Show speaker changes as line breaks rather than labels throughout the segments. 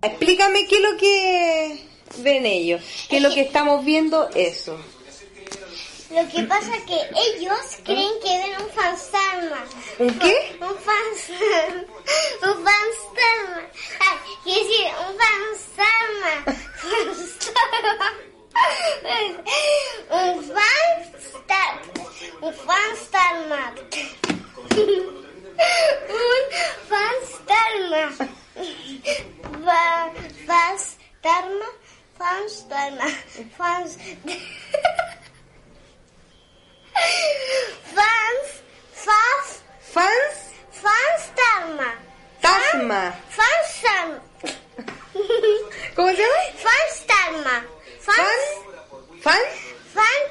Explícame qué es lo que ven ellos, qué es lo que estamos viendo eso.
Lo que pasa es que ellos creen que ven un fantasma.
¿Un qué?
Un Um fantasma. Un fantasma. Ay, quiero decir, un fantasma. Fantasma. Un Um fantasma. Un fantasma. Un fantasma. Va- Fantasma. Fantasma. Fantasma. Fans, fans,
Fans
fans Tarma.
Tasma.
Fans Tarma.
¿Cómo se llama?
Fans Tarma. Fans,
Fan Fan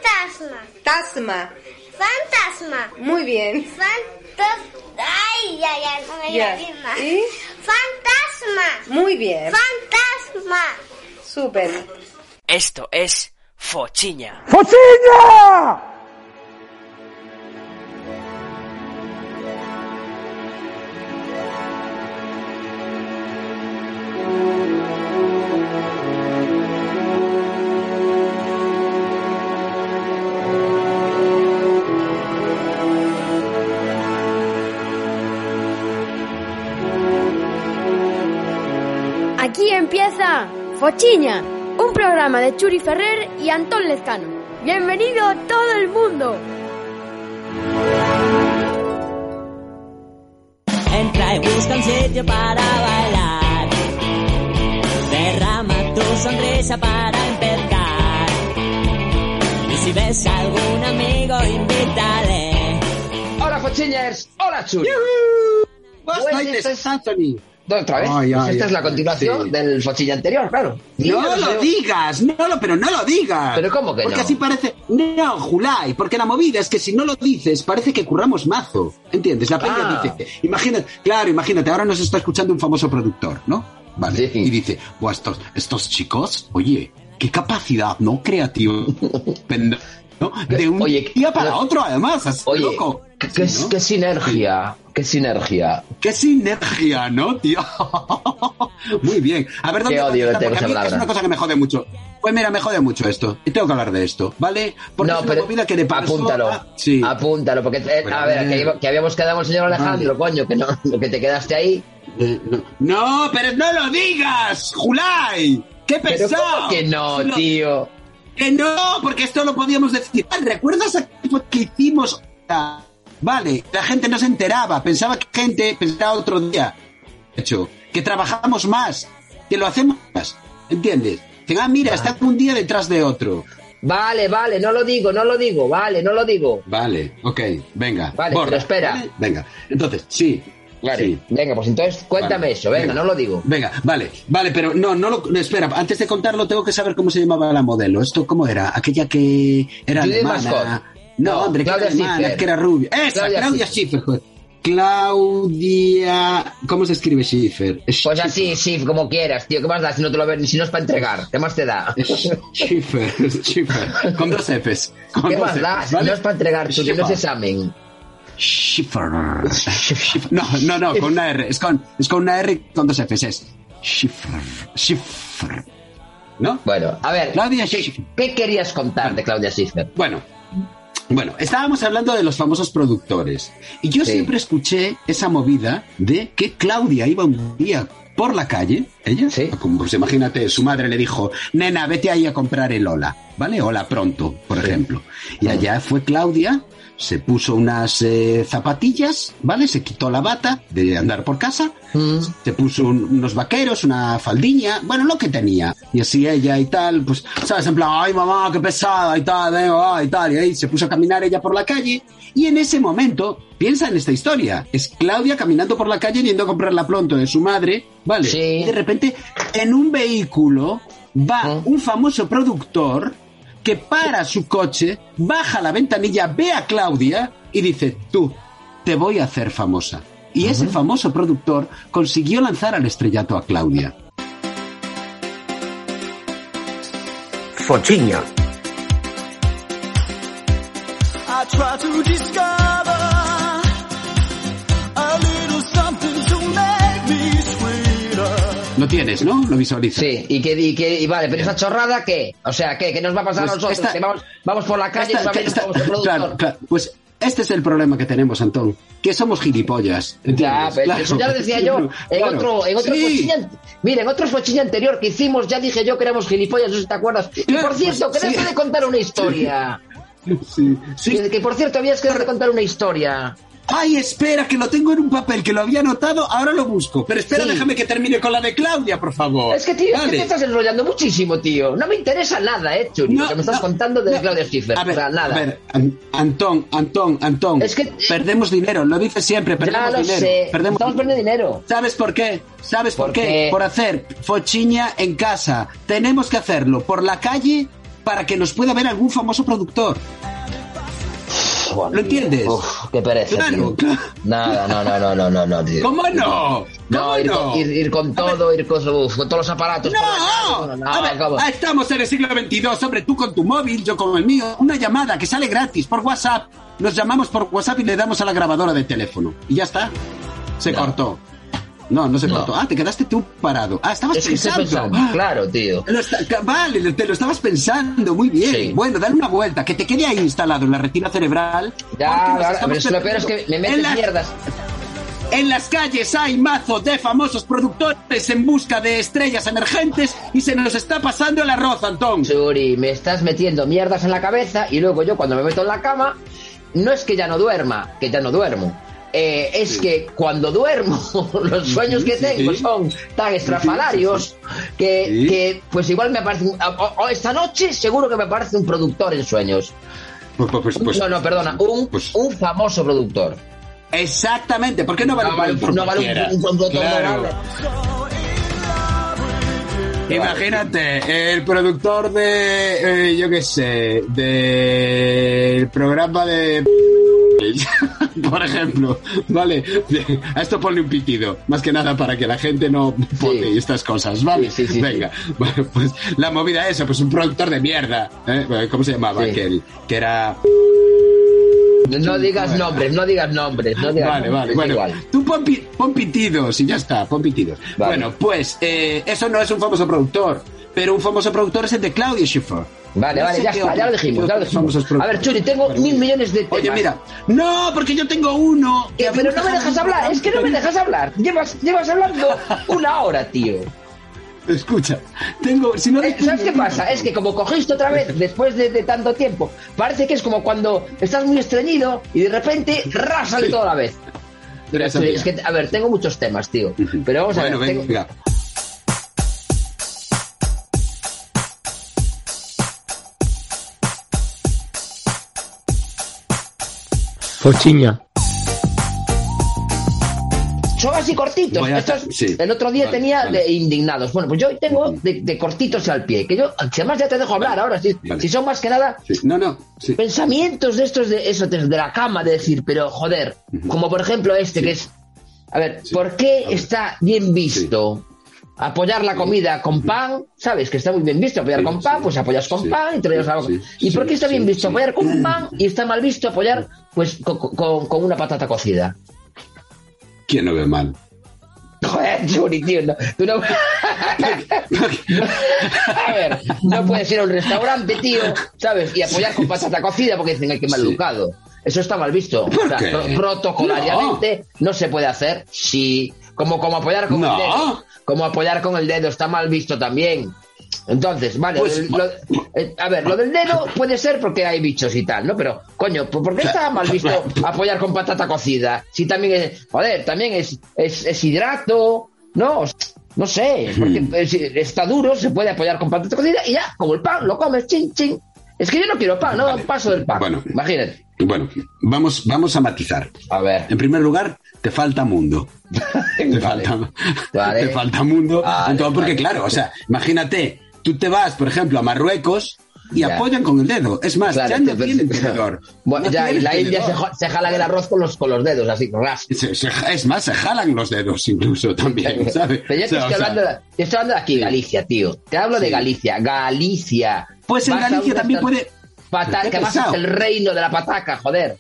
fantasma.
Tasma.
Fantasma.
Muy bien.
Fantas... Ay, ya, ya, no me
Ya.
viene más.
¿Y?
Fantasma.
Muy bien.
Fantasma.
Súper.
Esto es Fochiña.
Aquí empieza Fochiña, un programa de Churi Ferrer y Antón Lezcano. Bienvenido todo el mundo.
Entra y busca un sitio para bailar. Derrama tu sonrisa para empezar. Y si ves a algún amigo, invítale.
Hola Fochillers, hola Churi.
Buenas noches, soy Anthony.
¿Dónde otra vez?
Ay, ay,
Pues esta es la
ay,
continuación
sí.
del Fochilla anterior, claro.
No
Díganos,
lo
pero-
digas, no lo, pero no lo digas.
¿Pero cómo que
Porque
no?
así parece. No, Julay, porque la movida es que si no lo dices, parece que curramos mazo. ¿Entiendes? La peña
Ah.
dice. Imagínate, claro, imagínate, ahora nos está escuchando un famoso productor, ¿no? Vale.
Sí.
Y dice, "Buah, estos, estos chicos, oye, qué capacidad, ¿no? Creativa. pende- ¿no? De un
Oye,
día para
pero-
otro, además, así
Oye,
loco.
¿qué,
Sí,
qué-
¿no?
qué sinergia, qué sinergia.
Qué sinergia, ¿no, tío? Muy bien. A ver, ¿dónde
Qué
va
odio
esta?
tengo
Porque
esa
a mí Es
palabra.
una cosa que me jode mucho. Pues mira, me jode mucho esto. Y tengo que hablar de esto, ¿vale? Porque es una movida que le pasó
apúntalo,
a- Sí.
apúntalo, porque eh,
Pero,
a ver, que, iba- que habíamos quedado el señor Alejandro, coño, que no, que te quedaste ahí.
Eh, no. No, pero no lo digas, Julay. ¡Qué
Pero
pesado!
¿cómo que no,
Lo-
tío.
Que no, porque esto lo podíamos decir. Ah, ¿Recuerdas aquello que hicimos? Ah, Vale, la gente no se enteraba, pensaba que gente pensaba otro día. De hecho, que trabajamos más, que lo hacemos más. ¿Entiendes? Que, ah, mira, está un día detrás de otro.
Vale, vale, no lo digo, no lo digo, vale, no lo digo.
Vale, ok, venga.
Vale, pero espera.
Venga, entonces, sí.
Vale,
sí.
venga, pues entonces cuéntame
Vale,
eso, venga, no lo digo.
Venga, vale, vale, pero no, no lo. no, Espera, antes de contarlo, tengo que saber cómo se llamaba la modelo. ¿Esto cómo era? Aquella que era
Judith
alemana.
Mascot.
No,
No,
hombre, que era
Claudia
alemana,
Schiffer.
que era rubia. Esa,
Claudia
Claudia, Schiffer, joder. Claudia. ¿Cómo se escribe Schiffer?
Pues así, sí, como quieras, tío, ¿qué más da si no te lo ves, si no es para entregar? ¿Qué más te da?
Schiffer, Schiffer, con dos Fs. Con
¿Qué
dos
más da
Fs,
si
¿vale?
no es para entregar, tú, que no es
Schiffer.
examen?
Schiffer. Schiffer. No, no, no, con una R. Es con, es con una R y con dos Fs. Es Schiffer. Schiffer. ¿No?
Bueno, a ver,
Claudia
¿qué,
Schiffer.
qué querías contar de Claudia Schiffer?
Bueno, bueno, estábamos hablando de los famosos productores. Y yo
Sí.
siempre escuché esa movida de que Claudia iba un día por la calle, ella,
Sí.
como, pues imagínate, su madre le dijo, nena, vete ahí a comprar el Ola. ¿vale? Hola pronto, por ejemplo. Y allá fue Claudia, se puso unas eh, zapatillas, ¿vale? Se quitó la bata de andar por casa, se puso un- unos vaqueros, una faldiña, bueno, lo que tenía. Y así ella y tal, pues, ¿sabes? En plan, ay mamá, qué pesada y tal, venga, va, y tal. Y ahí se puso a caminar ella por la calle. Y en ese momento, piensa en esta historia, es Claudia caminando por la calle yendo a comprar la pronto de su madre, ¿vale?
Sí.
Y de repente, en un vehículo, va
Mm.
un famoso productor que para su coche, baja la ventanilla, ve a Claudia y dice, tú, te voy a hacer famosa. Y ese famoso productor consiguió lanzar al estrellato a Claudia.
Fochiña.
Lo tienes, ¿no? Lo visualizas.
Sí, y que, y que y vale, pero esa chorrada qué? O sea, ¿qué? ¿Qué nos va a pasar
Pues
a nosotros?
esta-
Que vamos, vamos por la calle
Esta-
y solamente
esta-
buscamos un productor.
claro, claro. Pues este es el problema que tenemos, Antón. Que somos gilipollas.
Ya,
¿entiendes?
pero
Claro.
eso ya lo decía yo. En
Claro.
otro, en otro
Sí.
Fochiña an- mira, en otro Fochiña anterior que hicimos, ya dije yo que éramos gilipollas, no sé si te acuerdas. Y
Claro,
por cierto,
pues,
quedaste
sí.
de contar una historia.
Sí, sí.
Que, que, por cierto, habías quedado de contar una historia.
Ay, espera, que lo tengo en un papel, que lo había anotado, ahora lo busco. Pero espera,
Sí.
déjame que termine con la de Claudia, por favor.
Es que, tío, es que
Vale.
te estás enrollando muchísimo, tío. No me interesa nada, eh, Churi, lo que me estás
no,
contando de
no.
Claudia Schiffer.
A ver,
o sea, nada.
a ver, An- Antón, Antón, Antón.
Es que- eh,
perdemos dinero, lo dice siempre,
ya
perdemos
lo
dinero.
sé.
Perdemos
Estamos perdiendo dinero.
¿Sabes por qué? ¿Sabes por,
¿Por
qué?
qué?
Por hacer fochiña en casa. Tenemos que hacerlo por la calle para que nos pueda ver algún famoso productor. ¿Lo entiendes?
Uf, qué pereza.
Claro,
tío.
claro.
No, no, no, no, no, no, no, tío.
¿Cómo no?
No,
¿Cómo
ir, Con, ir, ir con todo, ir con, uf, con todos los aparatos. por la calle,
¡No!
bueno,
A ver,
¿cómo?
ah, estamos en el siglo XXII, hombre, tú con tu móvil, yo con el mío. Una llamada que sale gratis por WhatsApp. Nos llamamos por WhatsApp y le damos a la grabadora de teléfono. Y ya está. Se
No.
cortó. No, no se
No.
cortó. Ah, te quedaste tú parado. Ah, estabas
Es que estoy
pensando.
pensando,
Ah,
claro, tío.
lo está- vale, te lo estabas pensando, muy bien.
Sí.
Bueno, dale una vuelta, que te quede ahí instalado en la retina cerebral.
Ya,
porque nos
ahora-
estamos
pero es lo peor es
perdiendo.
que me
En
metes
las-
mierdas.
en las calles hay mazo de famosos productores en busca de estrellas emergentes y se nos está pasando el arroz, Antón.
Churi, me estás metiendo mierdas en la cabeza y luego yo cuando me meto en la cama, no es que ya no duerma, que ya no duermo. Eh, es que cuando duermo, los sueños que tengo
sí.
son tan estrafalarios que,
Sí.
que, pues igual me aparece. un- o- o esta noche seguro que me aparece un productor en sueños.
Pues, pues, pues, pues,
no, no, perdona, un,
pues-
un famoso productor.
Exactamente, ¿por qué no vale
No vale,
un
no vale un- un productor, no vale.
Imagínate, el productor de, eh, yo qué sé, del programa de... Por ejemplo, vale, a esto ponle un pitido, más que nada para que la gente no vote y estas cosas, ¿vale?
Sí, sí, sí,
Venga, bueno, pues la movida esa, pues un productor de mierda, ¿eh? ¿Cómo se llamaba
Sí.
aquel? Que era...
No digas nombres, no digas nombres, no digas
Vale,
nombres,
vale,
es
bueno.
igual.
Tú pon, pi- pon pitidos y ya está, pon pitidos.
Vale.
Bueno, pues eh, eso no es un famoso productor, pero un famoso productor es el de Claudia Schiffer.
Vale,
No
vale,
sé
ya
qué
está,
otro-
ya lo dijimos,
qué
ya lo
otros famosos
dijimos. A ver,
productores.
Churi, tengo
Pero-
mil millones de temas.
Oye, mira, no, porque yo tengo uno.
Eh, pero no me dejas hablar, es que no me dejas hablar. Llevas, llevas hablando una hora, tío.
Escucha, tengo. Si no
Eh, ¿Sabes qué pasa? Es que como cogiste otra vez después de, de tanto tiempo, parece que es como cuando estás muy estreñido y de repente ras sale
Sí.
todo a la vez.
Pero
Sí, es que, a ver, tengo muchos temas, tío. Pero vamos
bueno,
a ver. tengo-
venga.
Fochiña.
Son así cortitos.
Bueno,
Estos-
sí.
El otro día
Vale,
tenía
vale.
de indignados. Bueno, pues yo hoy tengo de, de cortitos al pie. Que yo, además ya te dejo hablar ahora. Si,
Vale.
si son más que nada
Sí, No, no. sí.
Pues- pensamientos de estos de eso desde la cama de decir, pero joder, como por ejemplo este que es a ver,
Sí.
¿por qué
A ver.
está bien visto apoyar la comida con pan? ¿Sabes? Que está muy bien visto apoyar
Sí,
con pan,
sí.
pues apoyas con
Sí,
pan y te lo llevas a la boca.
sí,
¿Y
sí,
por qué está bien
sí,
visto
sí.
apoyar con pan y está mal visto apoyar pues co- co- con, con una patata cocida?
¿Quién lo ve mal?
Joder, Yuri, tío, no- tú no- a ver, no puedes ir a un restaurante, tío, ¿sabes? Y apoyar con patata cocida porque dicen, hay que mal educado. Eso está mal visto.
¿Por
O sea,
qué?
pro- protocolariamente no. se puede hacer. Sí, como, como apoyar con
No.
el dedo. Como apoyar con el dedo está mal visto también. Entonces, vale,
Pues-
lo- eh, a ver, lo del dedo puede ser porque hay bichos y tal, ¿no? Pero, coño, ¿por por qué está mal visto apoyar con patata cocida? Si también es, joder, también es, es, es hidrato, ¿no? O sea, No sé, porque eh, si está duro, se puede apoyar con patata cocida y ya, como el pan, lo comes, chin, chin. Es que yo no quiero pan, no
Vale.
paso del pan.
Bueno.
Imagínate.
Bueno, vamos, vamos a matizar.
A ver,
En primer lugar, te falta mundo. Te,
Vale.
Em, falta,
Vale.
te falta mundo.
Vale,
Entonces, porque
vale.
claro, o sea, imagínate, tú te vas, por ejemplo, a Marruecos y
Ya.
apoyan con el dedo. Es más,
claro,
ya no
te-
tienen tenedor.
Bueno,
No
ya, y
tienen
la India se,
tenedor.
jo- se jala el arroz con los, con los dedos, así, ras.
Se- se- es más, se jalan los dedos incluso también, ¿sabes?
Pero yo
O
te
sea,
estoy,
o sea,
hablando, de- te estoy hablando de aquí, Galicia, tío. Te hablo de Galicia, Galicia.
Pues en
Vas a
Galicia
una
también
esta-
puede...
Pataca,
Qué
que vas
pesado.
el reino de la pataca, joder.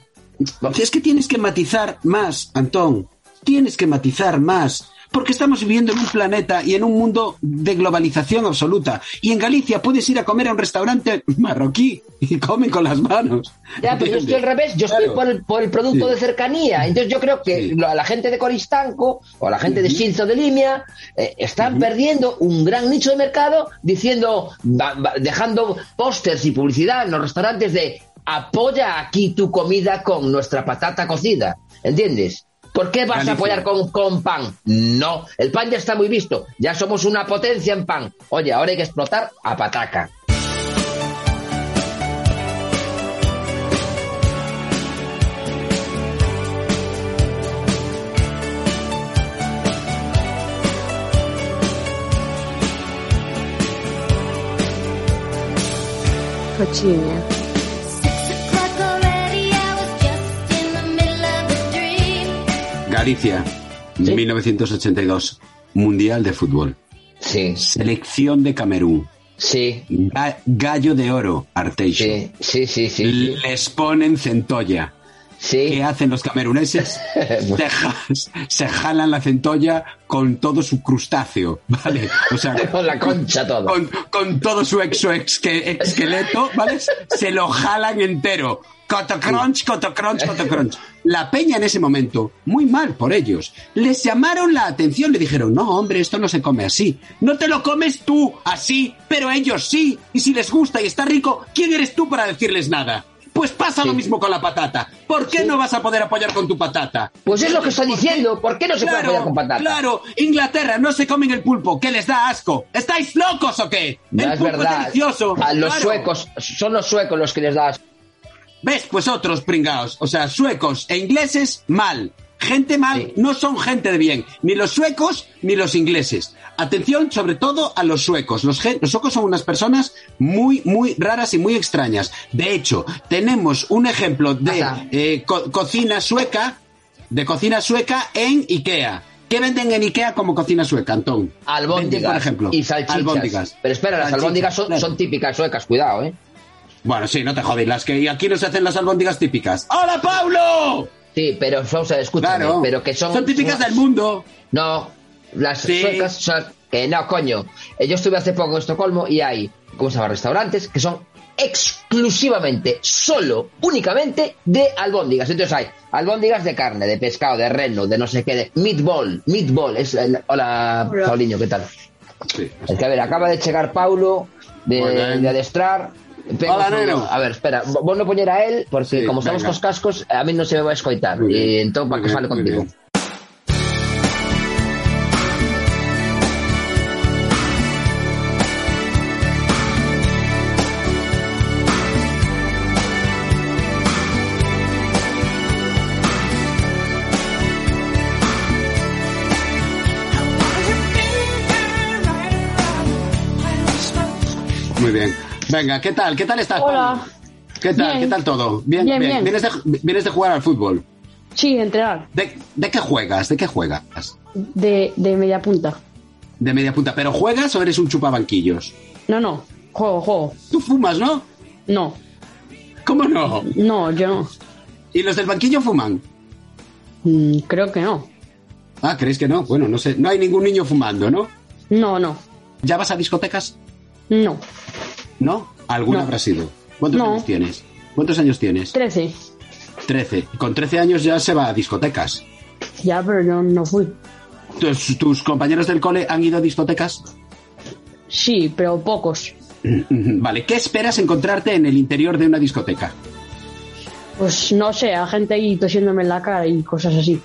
Es que tienes que matizar más, Antón. Tienes que matizar más. Porque estamos viviendo en un planeta y en un mundo de globalización absoluta. Y en Galicia puedes ir a comer a un restaurante marroquí y comen con las manos.
Ya, pero yo estoy al revés, yo estoy
Claro.
por el, por el producto
Sí.
de cercanía. Entonces yo creo que
Sí.
lo- la gente de Coristanco o la gente de Shinzo de Limia eh, están perdiendo un gran nicho de mercado diciendo, ba- ba- dejando pósters y publicidad en los restaurantes de apoya aquí tu comida con nuestra patata cocida. ¿Entiendes? ¿Por qué vas
Galicia.
a apoyar con, con pan? No, el pan ya está muy visto, ya somos una potencia en pan. Oye, ahora hay que explotar a pataca.
Fochiña.
Galicia, 1982, Mundial de Fútbol.
Sí,
Selección de Camerún.
sí,
Ga- Gallo de Oro, Arteixo.
sí, sí, sí, sí. sí.
Les ponen centolla.
Sí,
¿Qué hacen los cameruneses? se, ja- se jalan la centolla con todo su crustáceo, ¿vale? O sea,
con la concha todo.
con, con todo su exoesque- esqueleto, ¿vale? Se lo jalan entero. Cotocrunch, cotocrunch, cotocrunch. La peña en ese momento, muy mal por ellos. Les llamaron la atención, le dijeron, no, hombre, esto no se come así. No te lo comes tú así, pero ellos sí. Y si les gusta y está rico, ¿quién eres tú para decirles nada? Pues pasa lo
Sí.
mismo con la patata. ¿Por qué no vas a poder apoyar con tu patata?
Pues es lo que estoy diciendo. ¿Por qué no se puede
Claro,
apoyar con patata?
claro, Inglaterra no se comen el pulpo, que les da asco. ¿Estáis locos o qué?
No
el
es
pulpo
verdad.
es delicioso.
a los
claro.
suecos, son los suecos los que les das.
¿Ves? Pues otros pringados. O sea, suecos e ingleses, mal. Gente mal,
Sí.
no son gente de bien. Ni los suecos ni los ingleses. Atención, sobre todo, a los suecos. Los, gen- los suecos son unas personas muy, muy raras y muy extrañas. De hecho, tenemos un ejemplo de
Ajá.
eh, co- cocina sueca, de cocina sueca en Ikea. ¿Qué venden en Ikea como cocina sueca, Antón? Venden,
Albóndigas.
por ejemplo,
Y salchichas.
albóndigas.
Pero espera, las
Salchichas,
albóndigas son,
claro.
son típicas suecas, cuidado, ¿eh?
Bueno, sí, no te jodéis, las que aquí no se hacen las albóndigas típicas. ¡Hola, Pablo!
Sí, pero Sousa, escúchame,
Claro,
Pues, pero que son.
típicas del mundo.
No, las
Sí.
suecas son. Que no, coño. Eh, Yo estuve hace poco en Estocolmo y hay, ¿cómo se llama? Restaurantes que son exclusivamente, solo, únicamente de albóndigas. Entonces hay albóndigas de carne, de pescado, de reno, de no sé qué, de meatball, meatball. Es el- hola, Paulinho, ¿qué tal? Es que a ver, acaba de llegar Paulo de,
Muy bien.
de adestrar. Pego
Hola,
solo-
neno.
A ver, espera, vo- vos no poñer a él, porque
Sí,
como estamos
venga.
con cascos, a mí no se me va a escoitar.
Muy bien,
Y entonces,
muy
para que
bien,
fale
muy
contigo.
bien. Muy bien. Venga, ¿qué tal? ¿Qué tal estás?
Hola.
Pablo? ¿Qué tal?
Bien.
¿Qué tal todo? Bien, bien.
Bien, bien.
¿Vienes, de, vienes de jugar al fútbol.
Sí, entrenar.
¿De, de qué juegas? ¿De qué juegas?
De, de media punta.
De media punta. ¿Pero juegas o eres un chupabanquillos?
No, no. Juego, juego.
Tú fumas, ¿no?
No.
¿Cómo no?
No, yo no.
¿Y los del banquillo fuman?
Mm, creo que no.
Ah, ¿crees que no? Bueno, no sé. No hay ningún niño fumando, ¿no?
No, no.
¿Ya vas a discotecas?
No.
¿No? ¿Alguna
No.
habrá sido? ¿Cuántos
No.
años tienes? ¿Cuántos años tienes?
13.
13. Con 13 años ya se va a discotecas.
Ya, pero yo no fui.
¿Tus, tus compañeros del cole han ido a discotecas?
Sí, pero pocos.
Vale, ¿qué esperas encontrarte en el interior de una discoteca?
Pues no sé, a gente ahí tosiéndome en la cara y cosas así.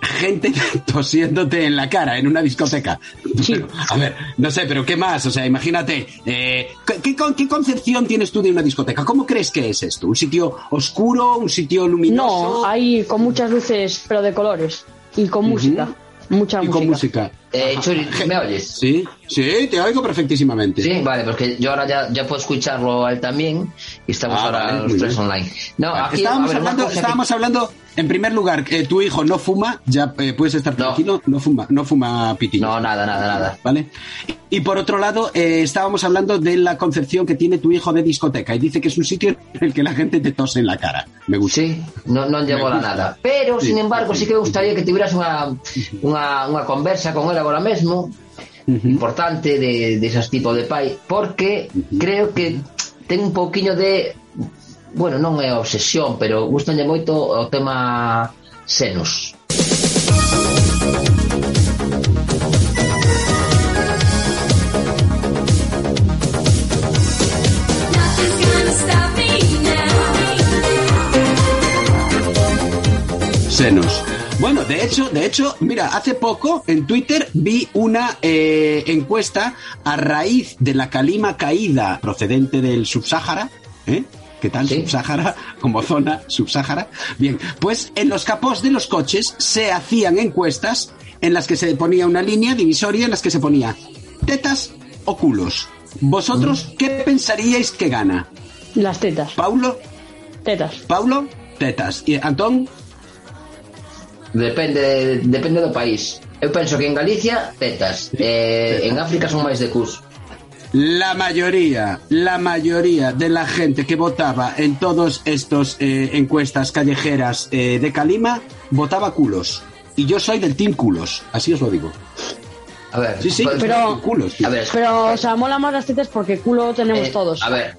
Gente tosiéndote en la cara en una discoteca. Pero, a ver, no sé, pero ¿qué más? O sea, imagínate, eh, ¿qué- ¿qué, con- qué concepción tienes tú de una discoteca? ¿Cómo crees que es esto? ¿Un sitio oscuro? ¿Un sitio luminoso?
No, hay con muchas luces, pero de colores. Y con música. Mucha
y
música.
con música.
Eh, Churi, ¿me oyes?
Sí, sí, te oigo perfectísimamente.
Sí, vale, porque yo ahora ya, ya puedo escucharlo a él también y estamos
Ah,
ahora
vale,
los
muy
tres
bien.
online. No,
Vale,
aquí
estábamos,
a ver, una
hablando,
cosa que-
estábamos hablando, en primer lugar, eh, tu hijo no fuma, ya eh, puedes estar tranquilo, no fuma, no fuma pitillo.
No, nada, nada, nada.
¿Vale? Y por otro lado, eh, estábamos hablando de la concepción que tiene tu hijo de discoteca y dice que es un sitio en el que la gente te tose en la cara. Me gusta.
Sí, no, no han llegado a
Uh, gusta.
nada. Pero, sin
Sí.
embargo, sí que me gustaría que tuvieras una, una, una conversa con él ahora mismo, importante de, de esos tipos de país, porque creo que tengo un poquillo de, bueno, non é obsesión, pero gustanlle moito o tema senos.
Senos. Bueno, de hecho, de hecho, mira, hace poco en Twitter vi una eh, encuesta a raíz de la calima caída procedente del subsáhara, ¿eh? ¿Qué tal
Sí.
subsáhara? Como zona subsáhara. Bien, pues en los capós de los coches se hacían encuestas en las que se ponía una línea divisoria en las que se ponía tetas o culos. ¿Vosotros qué pensaríais que gana?
Las tetas.
¿Paulo?
Tetas.
¿Paulo? Tetas. ¿Y Antón?
Depende depende do país. Eu penso que en Galicia, tetas. Eh, en África son máis de cus.
La mayoría, la mayoría de la gente que votaba en todos estos eh, encuestas callejeras eh, de Calima votaba culos. Y yo soy del team culos, así os lo digo.
A ver,
Sí, sí,
pues-
yo soy del team culos. tío.
a ver,
Pero, o sea, mola más las tetas porque culo tenemos
eh,
todos.
A ver,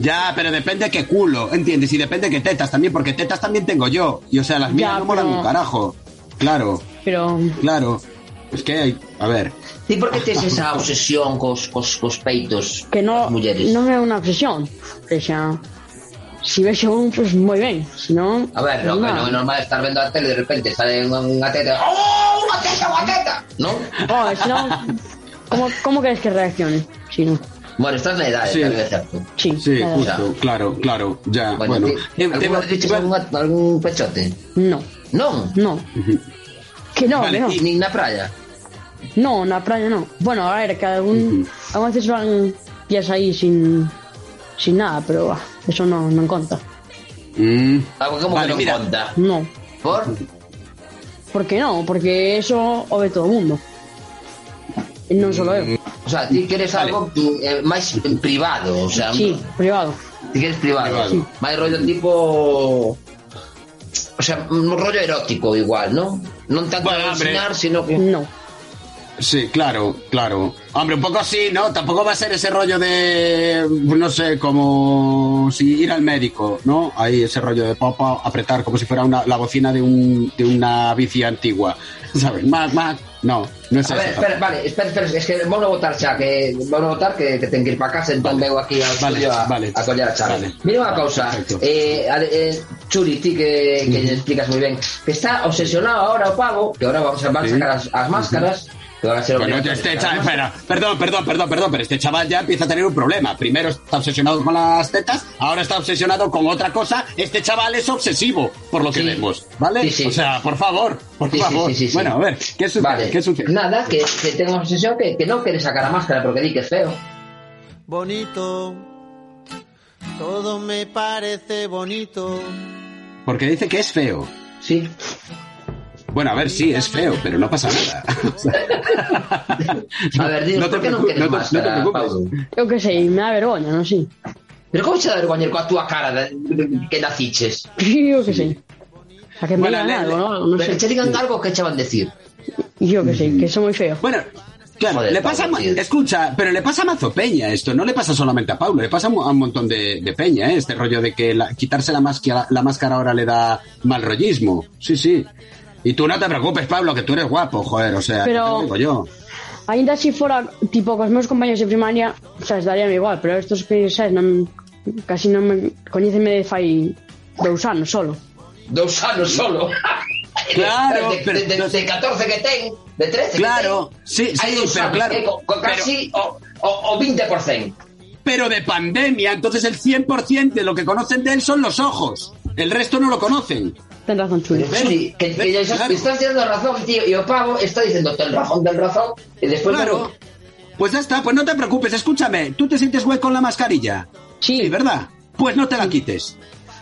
Ya, pero depende qué culo, ¿entiendes? Y depende qué tetas también, porque tetas también tengo yo. Y o sea, las mías
Ya,
no molan
pero-
un carajo. Claro,
Pero
claro. Es que hay, a ver,
ti por que tes esa obsesión cos, cos, cos peitos
que no,
das mulleres?
no me da una obsesión. O sea, si ves un, pues muy bien. Si no. pues
A ver, no, que
nada.
no é normal estar vendo a tele e de repente sale unha, unha teta. ¡Oh, unha teta, unha teta! Non?
Joder, Oh, si no, ¿cómo, ¿Cómo crees que reaccione? Si no.
Bueno, estás na edade,
Sí.
tamén é certo.
Sí,
sí,
nada.
justo, claro, claro, ya,
Bueno,
bueno.
bueno
Eh, te iba-
alguna vez diches
iba-
algún, algún pechote?
No,
Non,
no. Que no,
Vale,
que no.
y-
nin na praia.
No, en la playa no. Bueno, a ver, que algún, algunas veces van días ahí sin, sin nada, pero bah, eso no, no conta.
Mm.
Algo como
Vale,
que non
mira.
conta.
No.
Por?
¿Por qué no? Porque eso o ve todo el mundo. Y No solo yo.
O sea, ti queres algo eh, máis privado, o sea,
Sí, privado.
Ti queres privado.
Privado.
Sí. Máis rollo tipo... O sea, un rollo erótico igual, non? Non tanto
Bueno,
bueno,
hombre.
ensinar, sino que...
No.
Sí, claro, claro. Hombre, un poco sí, ¿no? Tampoco va a ser ese rollo de, no sé, como si ir al médico, ¿no? Ahí ese rollo de popa, apretar como si fuera una, la bocina de, un, de una bici antigua, ¿sabes? Más, más, no, no es
A
eso.
ver, espera, vale, espera, espera, es que vamos a votar xa, que vamos a votar que, que ten que ir para casa, entón vale.
Vale.
veo aquí al
Vale,
estudio a,
vale.
a collar a Xavi.
Vale.
Mira unha cousa,
Perfecto.
eh, a- eh, Churi, ti que, que explicas moi ben, que está obsesionado ahora o pavo, que ahora vamos a, van a sacar as, as máscaras, que van a ser
Bueno, ya
obligatorias,
este
as
chaval,
máscaras.
espera, perdón, perdón, perdón, perdón, pero este chaval ya empieza a tener un problema. Primero está obsesionado con las tetas, ahora está obsesionado con otra cosa. Este chaval es obsesivo, por lo que
Sí.
vemos, ¿vale?
Sí, sí.
O sea, por favor, por
Sí, sí,
favor.
sí, sí, sí.
Bueno, a ver, ¿qué sucede?
Vale,
¿Qué sucede?
nada, que, que tengo obsesión que, que non quere sacar a máscara porque di que é feo.
bonito. Todo me parece bonito.
Porque dice que es feo.
Sí,
Bueno, a ver, sí, es feo, pero no pasa nada. O sea,
a ver, dinos, por que non
preocu-
queres
no te- no te
máscara,
preocupes.
Pablo?
Yo qué sé, me da vergüenza, no sé.
Pero como se da vergoñer coa túa cara de, que naciches?
Yo qué sé. O sea, que me
Bueno,
digan
le-
algo, ¿no? No
Pero que
sé.
che digan algo que che van decir.
Yo qué sé, que soy muy feo.
Bueno, claro,
Joder,
le pasa,
Pablo,
a-
tío.
escucha, pero le pasa a Mazo Peña esto, no le pasa solamente a Pablo, le pasa a mu- a un montón de, de Peña, ¿eh? este rollo de que la- quitarse la máscara, la máscara ahora le da mal rollismo. Sí, sí. Y tú no te preocupes, Pablo, que tú eres guapo, joder, o sea,
Pero-
ya te lo digo yo.
Ainda se fora, tipo, cos meus compañeros de primaria, sabes, daríame igual, pero estos que, sabes, non, casi non me coñeceme de fai dous anos solo.
Dous anos solo.
Claro,
de,
pero-
de, de, de 14 que ten, de 13
Claro,
que ten.
sí,
hai
sí,
dous
pero
anos,
claro.
eh, co- co- casi o, o, o 20%.
Pero de pandemia, entonces el 100% de lo que conocen de él son los ojos. El resto no lo conocen.
Ten razón, Chuli.
Freddy, que, que ya
Claro.
estás teniendo razón, tío, y o pavo está diciendo ten razón, ten razón, y después...
Claro. Pues ya está, pues no te preocupes, escúchame. ¿Tú te sientes hueco con la mascarilla?
Sí,
¿verdad? Pues no te la quites.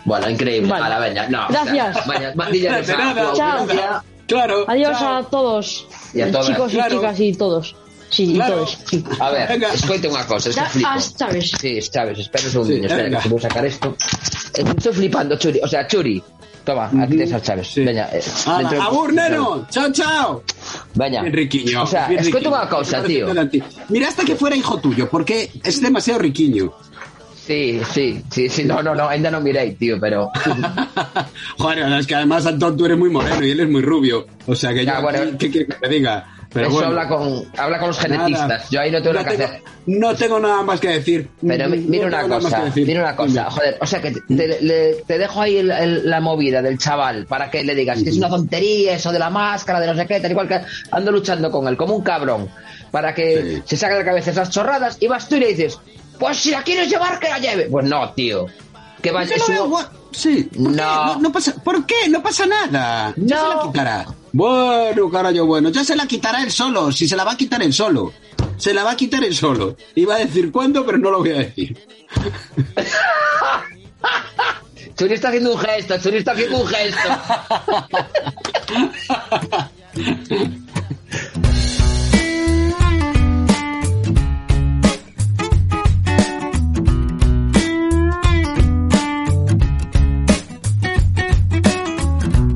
Bueno, increíble,
Vale.
a la veña, no.
Gracias.
Vaya, vaya,
De nada.
Chao.
Claro.
Adiós
chao.
a todos,
Y a todas.
chicos
Claro.
y chicas y todos. Sí,
Claro.
y todos. Sí.
A ver,
Venga.
escoite unha cousa, isto
Da-
flipo.
ah, Chaves.
Sí, Chaves, espera un segundinho,
Sí,
espera,
venga.
que vou sacar isto. Estou flipando, Churi, o sea, Churi. Toma, aquí tes a Chaves.
Sí.
Veña, eh,
Ala,
dentro-
abur, neno. Chao, chao.
Veña.
Bien riquiño.
O sea,
bien
escoito
riquiño.
unha cousa, tío.
Mira hasta que fuera hijo tuyo, porque es demasiado riquiño.
Sí, sí, sí, sí, no, no, no, ainda non mirei, tío, pero...
Joder, es que además, Antón, tú eres muy moreno y él es muy rubio. O sea, que
Ya,
yo,
bueno.
¿qué quieres que te diga? Pero
eso
bueno,
habla con, habla con los
nada.
genetistas, yo ahí no tengo nada que hacer.
No tengo nada más que decir.
Pero mi-
No
mira una
tengo nada más que
cosa,
decir.
mira una cosa, joder, o sea que te, le- te dejo ahí el- el- la movida del chaval para que le digas que es una tontería eso de la máscara, de no sé qué, tal igual que ando luchando con él como un cabrón, para que
Sí.
se saque de la cabeza esas chorradas y vas tú y le dices, pues si la quieres llevar, que la lleve. Pues no, tío, que va,
Yo
es
lo
un-
veo guap- Sí. ¿Por qué?
No.
No, no pasa... ¿Por qué? No pasa nada. Ya
No.
se la quitará. Bueno, carajo, bueno. Ya se la quitará él solo. Si se la va a quitar él solo. Se la va a quitar él solo. Iba a decir cuándo, pero no lo voy a decir.
Churi está haciendo un gesto, Churi está haciendo un gesto.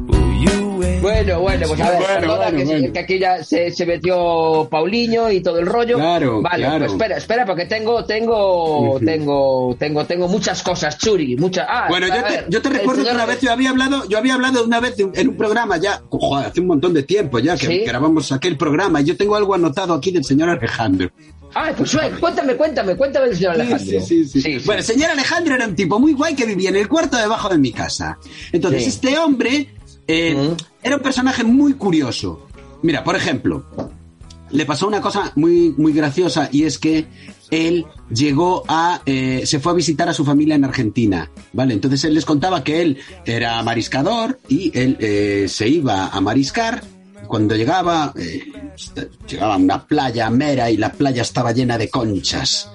Bueno, bueno, pues a ver,
Bueno,
perdona,
bueno,
que, se-
bueno.
que aquí ya se, se metió Paulinho y todo el rollo.
Claro,
vale,
claro.
pues espera, espera, porque tengo, tengo, tengo, tengo, tengo muchas cosas, Churi, muchas. Ah,
Bueno,
a
yo te,
ver,
yo te
el
recuerdo que
señor-
una vez yo había hablado, yo había hablado una vez de un- en un programa ya, joder, hace un montón de tiempo ya que
Sí.
grabamos aquel programa. y Yo tengo algo anotado aquí del señor Alejandro.
Ah, pues eh, cuéntame, cuéntame, cuéntame del señor Alejandro.
Sí, sí, sí, sí. Bueno, el señor Alejandro era un tipo muy guay que vivía en el cuarto debajo de mi casa. Entonces,
Sí.
este hombre eh,
Ujú.
era un personaje muy curioso. Mira, por ejemplo, le pasó una cosa muy, muy graciosa y es que él llegó a. eh, se fue a visitar a su familia en Argentina, ¿vale? Entonces él les contaba que él era mariscador y él eh, se iba a mariscar. Cuando llegaba, eh, llegaba a una playa mera y la playa estaba llena de conchas.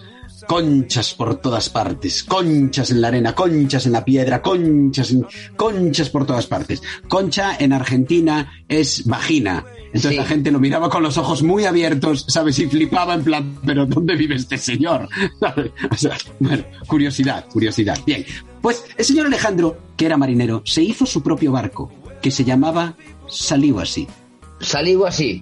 Conchas por todas partes, conchas en la arena, conchas en la piedra, conchas, en- conchas por todas partes. Concha en Argentina es vagina. Entonces
Sí.
la gente lo miraba con los ojos muy abiertos, ¿sabes? Y flipaba en plan, ¿pero dónde vive este señor? ¿Sabes? O sea, bueno, curiosidad, curiosidad. Bien, pues el señor Alejandro, que era marinero, se hizo su propio barco, que se llamaba Salivasi.
Saligo así.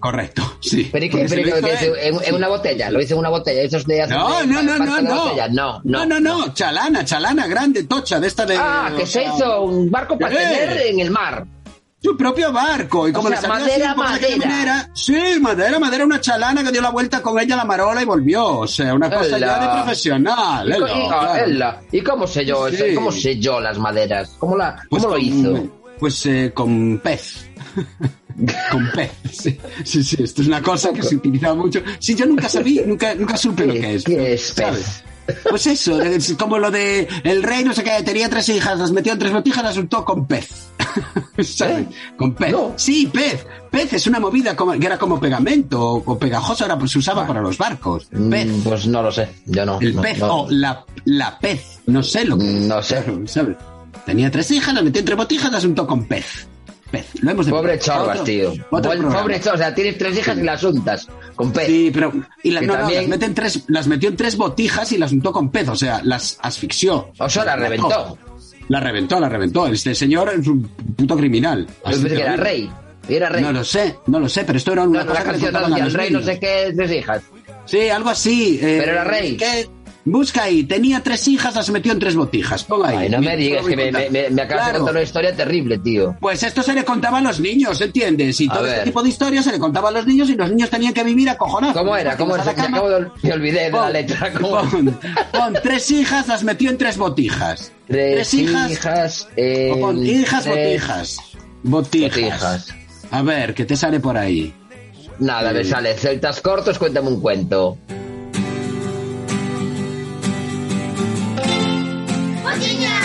Correcto, sí.
Pero ¿y qué?
Porque se
Pero
lo
que
hizo
dice,
él.
en, en una botella, lo hice en una botella. Eso es de hacer
No,
de-
no, no,
parte
no,
de botella.
no.
no, no.
no, no. Chalana, chalana, grande, tocha, de esta de.
Ah, que
o
se
sea,
hizo un barco para
Eh.
tener en el mar.
Su propio barco. Y como
sea,
le salió así
madera,
un poco de aquella
madera.
manera- sí, madera, madera, una chalana que dio la vuelta con ella a la marola y volvió. O sea, una cosa
Ela.
ya de profesional.
¿Y, co-
elo,
y- ah,
claro.
ela. ¿Y cómo sé yo eso?
Sí.
¿Cómo sé yo las maderas? ¿Cómo, la,
Pues
cómo lo
con-
hizo?
Pues eh, con pez. con pez. Sí, sí, sí, esto es una cosa que se utilizaba mucho. Sí, yo nunca sabí, nunca, nunca supe lo que es.
¿Qué
pero,
es pez?
Pues eso, es como lo de el rey, no sé qué, tenía tres hijas, las metió en tres botijas, las soltó con pez. ¿Sabes?
¿Eh?
Con pez.
No.
Sí, pez. Pez es una movida como- que era como pegamento o, o pegajoso, era, pues, se usaba para los barcos. Pez.
Ah. Mm, Pues no lo sé. Yo no.
El
no,
pez
no. Mm,
o la, la pez. No sé lo que
No sé.
¿sabes? Tenía tres hijas, las metió entre botijas, las untó con pez. Pez. Lo hemos de-
Pobre
Otro-
Chorbas, tío.
otro
Buen-
programa.
pobre Chorbas. O sea, tienes tres hijas y las untas con pez.
Sí, pero. Y las,
Que
no, no,
también-
las, meten tres, las metió en tres botijas y las untó con pez. O sea, las asfixió.
O sea, la reventó.
La reventó, la reventó. Este señor es un puto criminal.
Yo
Así
pensé que
te lo
era
digo.
rey. Era rey.
No lo sé, no lo sé, pero esto era una
No,
cosa
la
que le
canción
contaban a
del
los
rey, no
niños.
sé qué, tres hijas.
Sí, algo así. eh,
Pero era rey.
que- Busca ahí, tenía tres hijas, las metió en tres botijas. Pon ahí.
Ay, no me digas que me, me- me- me acabas de contar una historia terrible, tío.
Pues esto se le contaba a los niños, ¿entiendes? Y
A
todo
ver.
este tipo de historias se le contaba a los niños y los niños tenían que vivir acojonados.
¿Cómo era? ¿Cómo
Ibas a
era?
la cama,
Acabo de- me olvidé de la letra. ¿Cómo?
Pon, pon tres hijas, las metió en tres botijas.
Tres,
hijas.
hijas.
O pon
en
hijas,
tres-
botijas. Botijas.
Botijas.
A ver, ¿qué te sale por ahí?
Nada, me
Sí.
sale. Celtas cortos, cuéntame un cuento.
¡Potiña!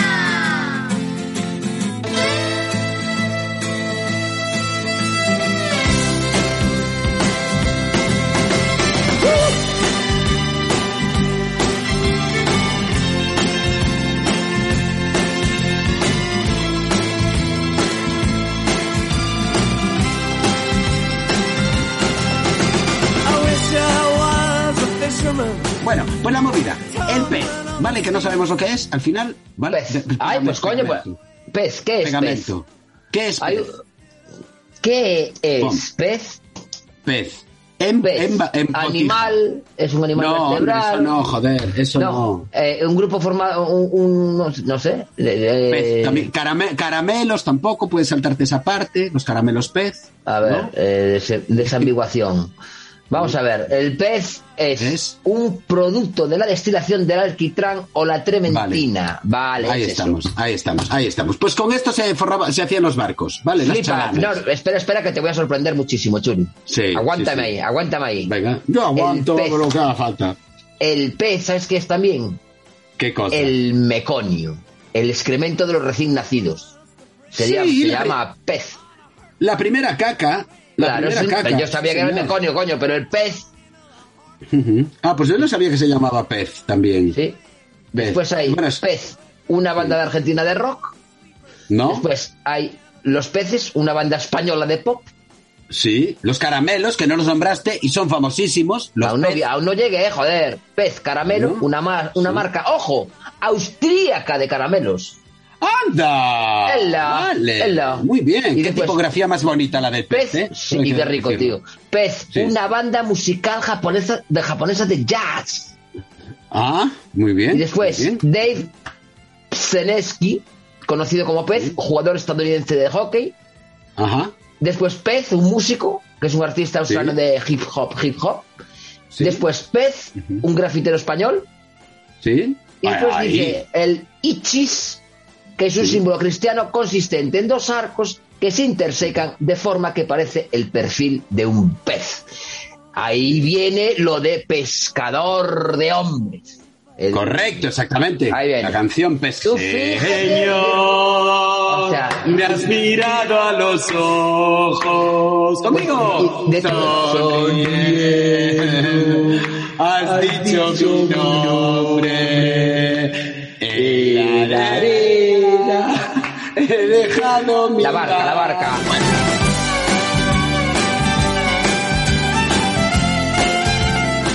Bueno, pues la movida. El pez. Vale, que no sabemos lo que es. Al final, ¿vale? Ah, De-
Ay, pues coño, pues, pez, ¿qué es
Pegamento. ¿Qué es
pez? Ay, ¿Qué
Pon.
es pez?
Pez. En,
Pez.
en- en botija.
Animal, es un animal
No, hombre,
vertebral.
eso no, joder, eso no.
eh, un grupo formado, un, un- no sé. le- le-
Pez. También carame- caramelos tampoco, puedes saltarte esa parte. Los caramelos pez.
A ver, eh, des- desambiguación. Vamos a ver, el pez es, un producto de la destilación del alquitrán o la trementina. Vale,
ahí
es eso.
estamos, ahí estamos, ahí estamos. Pues con esto se forraba, se hacían los barcos, ¿vale? Las
Flipa.
chalanas.
No, espera, espera, que te voy a sorprender muchísimo, Churi.
Sí,
aguántame
sí, sí.
ahí, aguántame ahí.
Venga, yo aguanto
El pez.
lo que haga falta.
El pez, ¿sabes qué es también?
¿Qué cosa?
El meconio. El excremento de los recién nacidos. Sería,
Sí,
se
la-
llama pez.
La primera caca. La
Claro,
primera
es un-
caca.
yo sabía que era el
señor.
meconio, coño, pero el pez.
Ujú. Ah, pues yo no sabía que se llamaba pez también.
Sí.
Pez.
Después hay
Bueno, es-
pez, una banda de Argentina de rock.
¿No?
Después hay los peces, una banda española de pop.
Sí. Los caramelos, que no los nombraste y son famosísimos. Los
Aún no,
pez.
aún no llegué, eh, joder. Pez, caramelo,
¿No?
una, mar- una marca, ojo, austríaca de caramelos.
¡Anda!
Ela,
Vale.
ela.
Muy bien.
Y
Qué
después-
tipografía más bonita la del pez,
Pez,
¿eh?
sí,
Hay
y
que
qué rico,
decirlo.
tío. Pez,
Sí.
una banda musical japonesa de japonesa de jazz.
¿Eh? Ah, muy bien.
Y después,
muy bien.
Dave Psenesky, conocido como Pez, jugador estadounidense de hockey.
Ajá.
Después Pez, un músico, que es un artista australiano
Sí.
de hip hop, hip hop.
Sí.
Después Pez, un grafitero español.
Sí.
Y después
Ahí.
dice el Ichis, que es un símbolo cristiano consistente en dos arcos que se intersecan de forma que parece el perfil de un pez. Ahí viene lo de pescador de hombres. El-
Correcto, exactamente.
Ahí viene.
La canción
Tú fíjate.
Pesqueño.
O sea,
Me has mirado a los ojos. Conmigo.
Y de todo.
Soñé. Has dicho mi nombre. En la arena. He dejado mi
La barca, la barca.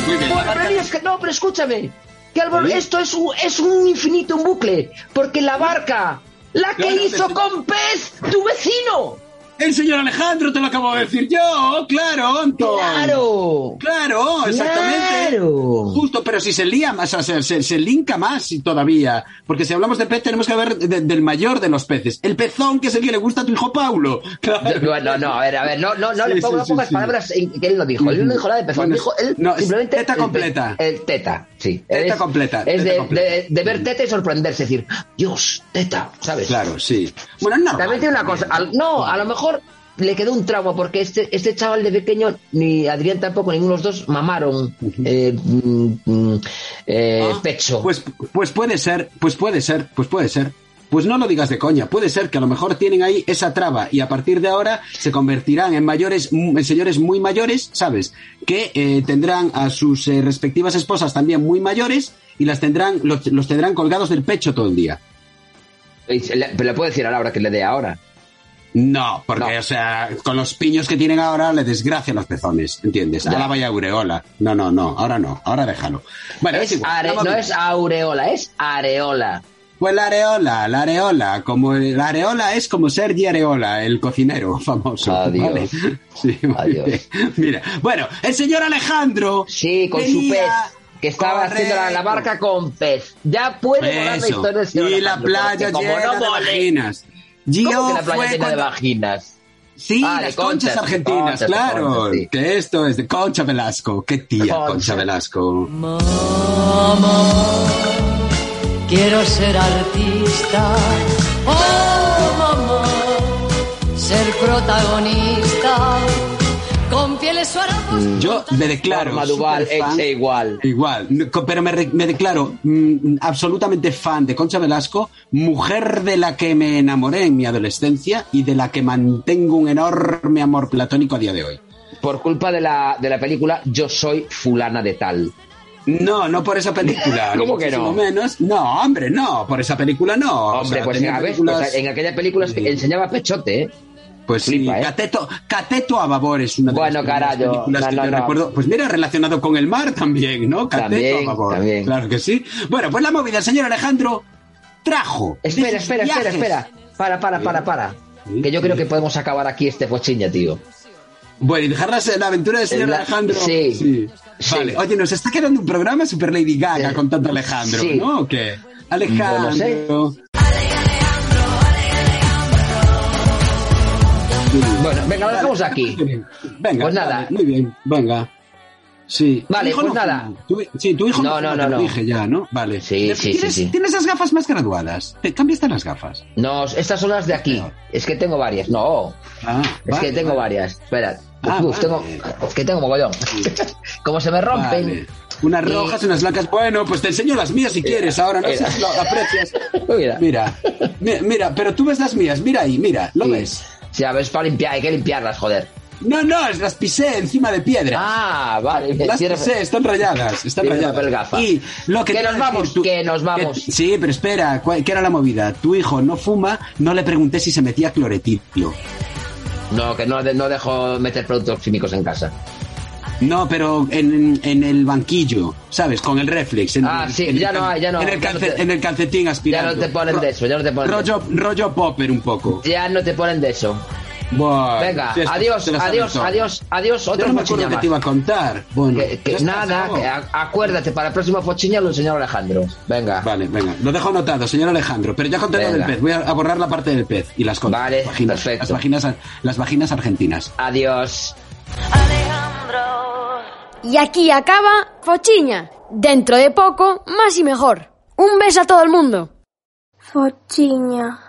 Muy bien,
Bueno,
la barca.
pero es que- no, pero escúchame. Que Álvaro,
¿Sí?
esto es un, es un infinito en bucle. Porque la barca, la que
No, no,
hizo
no, no.
con pez tu vecino.
El señor Alejandro te lo acabo de decir yo. Claro, Anton.
Claro.
Claro, exactamente.
Claro.
Justo, pero si se lía más, o sea, se, se linka más y todavía. Porque si hablamos de pez, tenemos que ver de- del mayor de los peces. El pezón, que es el que le gusta a tu hijo Paulo. Claro.
Bueno, no, a ver, a ver, no, no, no
Sí,
le pongo,
sí,
no
sí,
pongas
sí.
palabras en- que él no dijo. Él no dijo nada de pezón,
Bueno,
dijo él
no, es
simplemente.
teta
el pe-
completa.
El teta, sí.
Teta
Es-
completa,
Es
teta
de,
completa.
de- de ver teta y sorprenderse, es decir, Dios, teta, ¿sabes?
Claro, sí. Bueno, no.
También tiene una cosa, al- no, a lo mejor le quedó un trauma porque este, este chaval de pequeño, ni Adrián tampoco, ninguno de los dos mamaron eh, mm, mm, eh, pecho.
Pues, pues puede ser, pues puede ser, pues puede ser. Pues no lo digas de coña, puede ser que a lo mejor tienen ahí esa traba y a partir de ahora se convertirán en mayores, mm, en señores muy mayores, ¿sabes? Que eh, tendrán a sus eh, respectivas esposas también muy mayores y las tendrán, los, los tendrán colgados del pecho todo el día.
Y se le- Pero le puedo decir a Laura que le dé ahora.
No, porque,
No.
o sea, con los piños que tienen ahora le desgracian los pezones, ¿entiendes?
Ya.
Ahora vaya aureola. No, no, no, ahora no, ahora déjalo. Bueno,
Es
es igual,
are-
vamos
no
bien.
es aureola, es areola.
Pues la areola, la areola, como el- la areola es como Sergi Areola, el cocinero famoso.
Adiós.
¿vale? Sí, muy
Adiós.
bien. Mira, bueno, el señor Alejandro
Sí, con su
venía
pez. que estaba
Correcto.
haciendo la, la barca con pez. Ya puede volar la
Eso.
historia del señor
Y la
Alejandro, porque
playa
como
llena
no
de
vole-
vaginas.
¿Cómo
Gio
que la playa
fue
llena de
cuando-
vaginas?
Sí,
Ah, de
las conchas,
conchas,
argentinas,
conchas,
claro.
conchas, sí.
Que esto es de Concha Velasco. Qué tía, Concha, Velasco.
Quiero ser artista, oh mamá, ser protagonista, con pieles suaras.
Yo me declaro.
Norma Duval,
superfan.
ex e igual.
Igual. No, co- Pero me, re- me declaro mm, absolutamente fan de Concha Velasco, mujer de la que me enamoré en mi adolescencia y de la que mantengo un enorme amor platónico a día de hoy.
Por culpa de la, de la película Yo soy fulana de tal.
No, no por esa película. ni
¿Cómo que no?
muchísimo menos. No, hombre, no. Por esa película no. O
Hombre,
sea,
pues,
tenía
a ver,
películas-
pues, en aquella película enseñaba pechote, ¿eh?
Pues
Flipa,
sí,
¿eh?
Cateto, Cateto a Babor es una de
Bueno,
las primeras
carajo,
películas
no,
que
no,
yo
no.
recuerdo. Pues mira, relacionado con el mar también, ¿no? Cateto
También,
a Babor.
también.
Claro que sí. Bueno, pues la movida, el señor Alejandro trajo. de
Espera,
sus
espera, espera,
viajes.
espera. Para, para, para, para. Que yo creo que podemos acabar aquí este fochiña, tío.
Bueno, y dejar la, la aventura del señor
La-
Alejandro.
sí,
Vale. Oye, nos está quedando un programa super Lady Gaga con tanto Alejandro,
Sí.
¿no? ¿O qué? Alejandro.
No lo sé. Bueno, venga, lo dejamos aquí.
Venga,
Pues
vale,
nada.
muy bien, venga. Sí.
Vale,
Tu hijo
pues
no
nada.
fuma. Tu hi- sí, tu hijo
No,
no,
no,
no,
no, no.
dije ya, ¿no? Vale.
Sí, sí, sí,
¿Tienes,
sí.
tienes las gafas más graduadas. Te cambiaste las gafas.
No, estas son las de aquí. Es que tengo varias. No.
Ah,
Es
vale,
que tengo
vale.
varias. Espera.
Ah,
Uf,
vale.
tengo, es que tengo mogollón. Como se me rompen.
Vale. Unas
Y-
rojas, unas blancas. Bueno, pues te enseño las mías si quieres ahora. No sé si lo aprecias.
Mira.
Mira, mi- mira, pero tú ves las mías. Mira ahí, mira, lo
Sí.
ves.
Sí, a ver, es para limpiar, hay que limpiarlas, joder.
No, no, las pisé encima de piedra.
Ah, vale. bien,
Las
tiene-
pisé, están rayadas, están
tiene
rayadas.
papel gafa.
Y lo que,
Que
te iba
nos
a decir,
vamos, que nos vamos.
sí, pero espera, ¿cuál- ¿qué era la movida? Tu hijo no fuma, no le pregunté si se metía cloretilo.
No, que no, de- no dejo meter productos químicos en casa.
No, pero en, en- en el banquillo, ¿sabes? Con el reflex. En,
Ah, sí,
en
ya
el
no
cal-
hay, ya no
En
hay,
el,
ya no
calce-
te-
en el calcetín
Ya
aspirando.
no te ponen
Ro-
de eso, ya no te ponen de eso.
rollo, rollo popper un poco.
Ya no te ponen de eso.
Buah,
Venga,
sí, esto
adiós,
te la sabes
adiós,
toda.
adiós, adiós,
Yo
otro
no me
fochiña
acuerdo que
más.
te iba a contar. Bueno,
Que- que
ya está, se
nada,
acabó.
que a- acuérdate, para el próximo fochiña lo enseñó Alejandro. Venga.
Vale, venga, lo dejo anotado, señor Alejandro. Pero ya conté lo del
Venga.
pez, voy a a borrar la parte del pez y las contas.
Vale,
las vaginas,
perfecto.
Las vaginas, las vaginas argentinas.
Adiós.
Y aquí acaba Fochiña. Dentro de poco, más y mejor. Un beso a todo el mundo.
Fochiña.